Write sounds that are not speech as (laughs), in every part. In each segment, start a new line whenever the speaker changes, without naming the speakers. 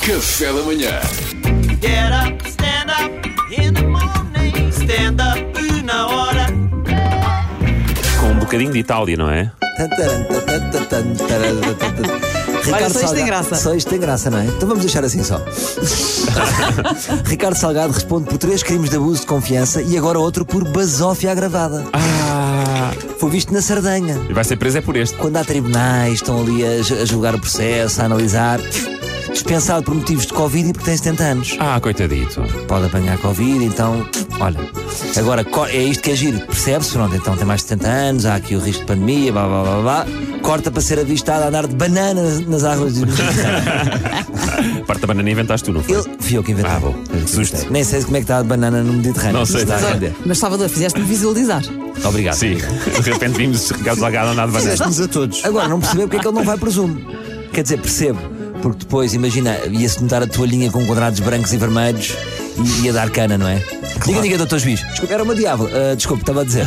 Café da manhã.
Get up, stand up in the morning. Stand up na hora.
Com um bocadinho de Itália, não é?
Olha,
Ricardo
só isto tem
Salgado-
graça.
Só isto tem graça, não é? Então vamos deixar assim
(laughs)
só. Ricardo Salgado responde por três crimes de abuso de confiança e agora outro por basófia agravada.
Ah,
Foi visto na Sardanha.
e vai ser preso é por este.
Quando há tribunais, estão ali a, ju- a julgar o processo, a analisar. Dispensado por motivos de Covid e porque tem 70 anos.
Ah, coitadito.
Pode apanhar Covid, então, olha. Agora, co- é isto que é giro, percebe-se? Pronto, então tem mais de 70 anos, há aqui o risco de pandemia, blá blá blá blá. Corta para ser avistado a andar de banana nas- nas águas de
(laughs) Parte da banana inventaste tu, não foi?
Ele fui eu que inventei.
Ah, bom.
Eu que
Susto.
inventei. Nem sei como é que está a banana no Mediterrâneo.
Não sei,
Está a
não sei.
render.
Mas Salvador, fizeste-me visualizar.
Obrigado.
Sim, de repente vimos Ricardo Salgado andar de banana.
Fizeste-nos a todos.
Agora, não percebo porque é que ele não vai para o Zoom. Quer dizer, percebo. Porque depois, imagina, ia-se notar a toalhinha com quadrados brancos e vermelhos e ia dar cana, não é? Diga, diga, doutor juiz. Desculpe, era uma diabo. Ah, desculpe, estava a (laughs) dizer.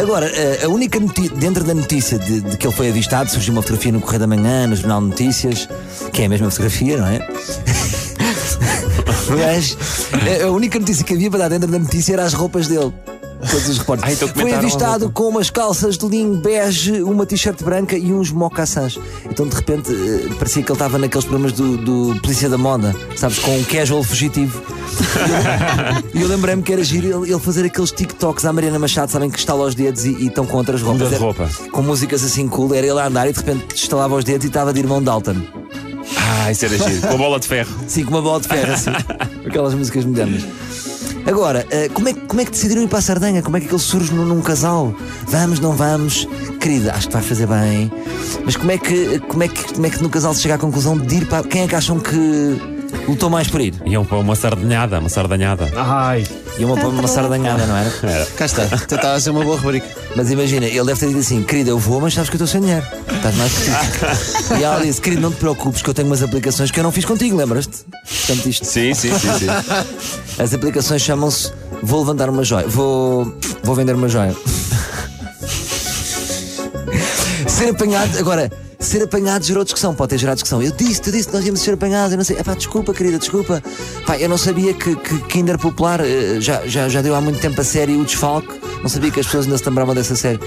Agora, ah, a única notícia, dentro da notícia de, de que ele foi avistado, surgiu uma fotografia no Correio da Manhã, no Jornal de Notícias, que é a mesma fotografia, não é? Mas eh, a- a única notícia que havia para dar dentro da notícia era as roupas dele. Todos os repórteres.
Ah, então
Foi
comentaram a
avistado com umas calças de linho bege, uma t-shirt branca e uns mocassins. Então de repente eh, parecia que ele estava naqueles programas do, do Polícia da Moda, sabes, com um casual fugitivo. E eu lembrei-me que era giro ele, ele fazer aqueles TikToks à Mariana Machado, sabem que estala os dedos e e estão com outras roupas.
Muda de
Era-
roupa.
Com músicas assim cool, era ele a andar e de repente estalava os dedos e estava de irmão Dalton.
Ah, isso era giro. Com a bola de ferro.
Sim, com uma bola de ferro,
(laughs)
assim. Aquelas músicas modernas. Agora, eh, como é, que- como é que decidiram ir para a Sardanha? Como é que aquilo surge num, num casal? Vamos, não vamos? Querida, acho que vai fazer bem. Mas como é que, como é que, como é que no casal se chega à conclusão de ir para. Quem é que acham que lutou mais por ir?
Iam para uma sardanhada, uma sardanhada.
Ai.
E uma, uma sardanhada, não era?
Cá (laughs) está. Tentava ser uma boa rubrica.
Mas imagina, ele deve ter dito assim: querida, eu vou, mas sabes que eu estou sem dinheiro. Estás
(laughs)
mais feliz. E ela disse: querido, não te preocupes, que eu tenho umas aplicações que eu não fiz contigo, lembras-te? Portanto, isto
Sim, sim, sim, sim.
As aplicações chamam-se Vou levantar uma joia. Vou. Vou vender uma joia. ser apanhado. Agora, ser apanhado gerou discussão. Pode ter gerado discussão. Eu disse, tu disse que nós íamos ser apanhados. Eu não sei. Epá, desculpa, querida, desculpa. Pá, eu não sabia que, que Kinder Popular eh, já, já, já deu há muito tempo a série O Desfalque. Não sabia que as pessoas ainda se lembravam dessa série.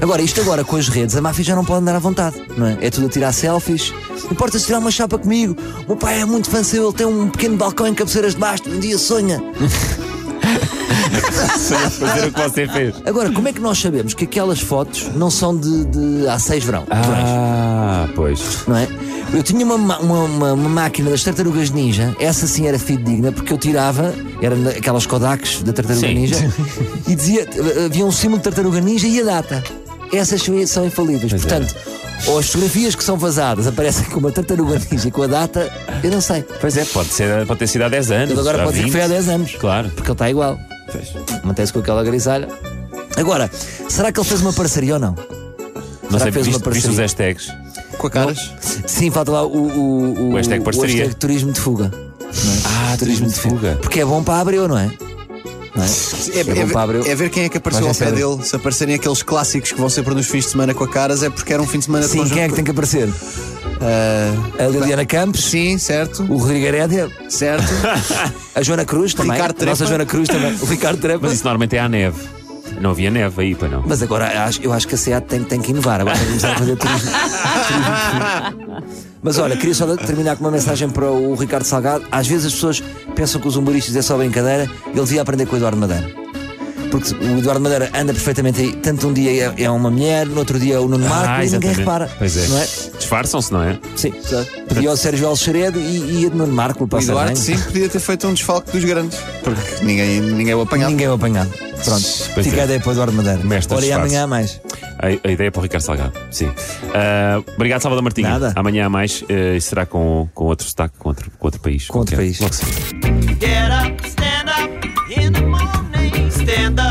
Agora, isto agora com as redes, a máfia já não pode andar à vontade, não é? É tudo a tirar selfies. Importa-se tirar uma chapa comigo. O meu pai é muito fã seu, ele tem um pequeno balcão em cabeceiras de basto. Um dia sonha.
Sei (laughs) fazer o que você fez.
Agora, como é que nós sabemos que aquelas fotos não são de, de há seis verão? verões,
Ah, pois.
Não é? Eu tinha uma, ma- uma, uma- uma máquina das tartarugas ninja, essa sim era fidedigna, porque eu tirava, era na- aquelas Kodaks da tartaruga
Sim.
ninja, e dizia, havia um símbolo de tartaruga ninja e a data. Essas são- são infalíveis.
Pois é.
Portanto, ou as fotografias que são vazadas aparecem com uma tartaruga ninja e com a data, eu não sei.
Pois é, pode, ser, pode ter sido há 10 anos.
Ele agora
há
pode dizer que foi há
20.
10 anos.
Claro.
Porque ele está igual. Mantém-se com aquela grisalha. Agora, será que ele fez uma parceria ou não?
Não
Será
sei,
que fez
é, viste,
uma
viste os
parceria?
hashtags?
Com a caras.
Sim, falta lá o, o,
O hashtag parceria.
hashtag turismo de fuga. é?
Ah, turismo de fuga.
Porque é bom para Abreu, não é? Não é?
É,
bom
é ver-
para Abreu.
é ver quem é que apareceu ao
Mas é
pé
sério.
dele. Se aparecerem aqueles clássicos que vão sempre nos fins de semana com a caras, é porque era um fim de semana de
Sim,
conjunto.
quem é que tem que aparecer?
Ah,
A Liliana Campos,
sim, certo.
o Rodrigo Herédia,
Certo.
(laughs) a Joana Cruz também.
Ricardo
a nossa
Trepa.
Joana Cruz também. O Ricardo Trepa.
Mas isso normalmente é à neve. Não havia neve aí, para não.
Mas agora eu acho- eu acho que a SEAT tem, tem que inovar. Agora tem que começar a fazer turismo. turismo de fuga. Mas olha, queria só terminar com uma mensagem para o Ricardo Salgado. Às vezes as pessoas pensam que os humoristas é só brincadeira. Ele devia aprender com o Eduardo Madeira. Porque o Eduardo Madeira anda perfeitamente aí. Tanto um dia é- é uma mulher, no outro dia é o Nuno Marco e ninguém
Ah, exatamente.
repara.
Pois é.
Não é?
Disfarçam-se, não é?
Sim. Pediu ao Sérgio Alxeredo e ia de Nuno Marco para
O
a
Eduardo,
Sardenha.
sim, podia ter feito um desfalque dos grandes. Porque ninguém, ninguém o apanhava.
Ninguém o apanhado. Pronto.
Pois
Fica
é.
a ideia para o Eduardo Madeira.
Mestre
Ora, e
disfarce.
amanhã há mais.
A, a ideia é para o Ricardo Salgado. Sim. Ah, obrigado, Salvador Martinho.
Nada.
Amanhã há mais. ah, e será com, com outro sotaque, com outro, com outro país.
Com outro
Qualquer.
país.
Logo se vê.
Get up, stand up in the morning. Stand up.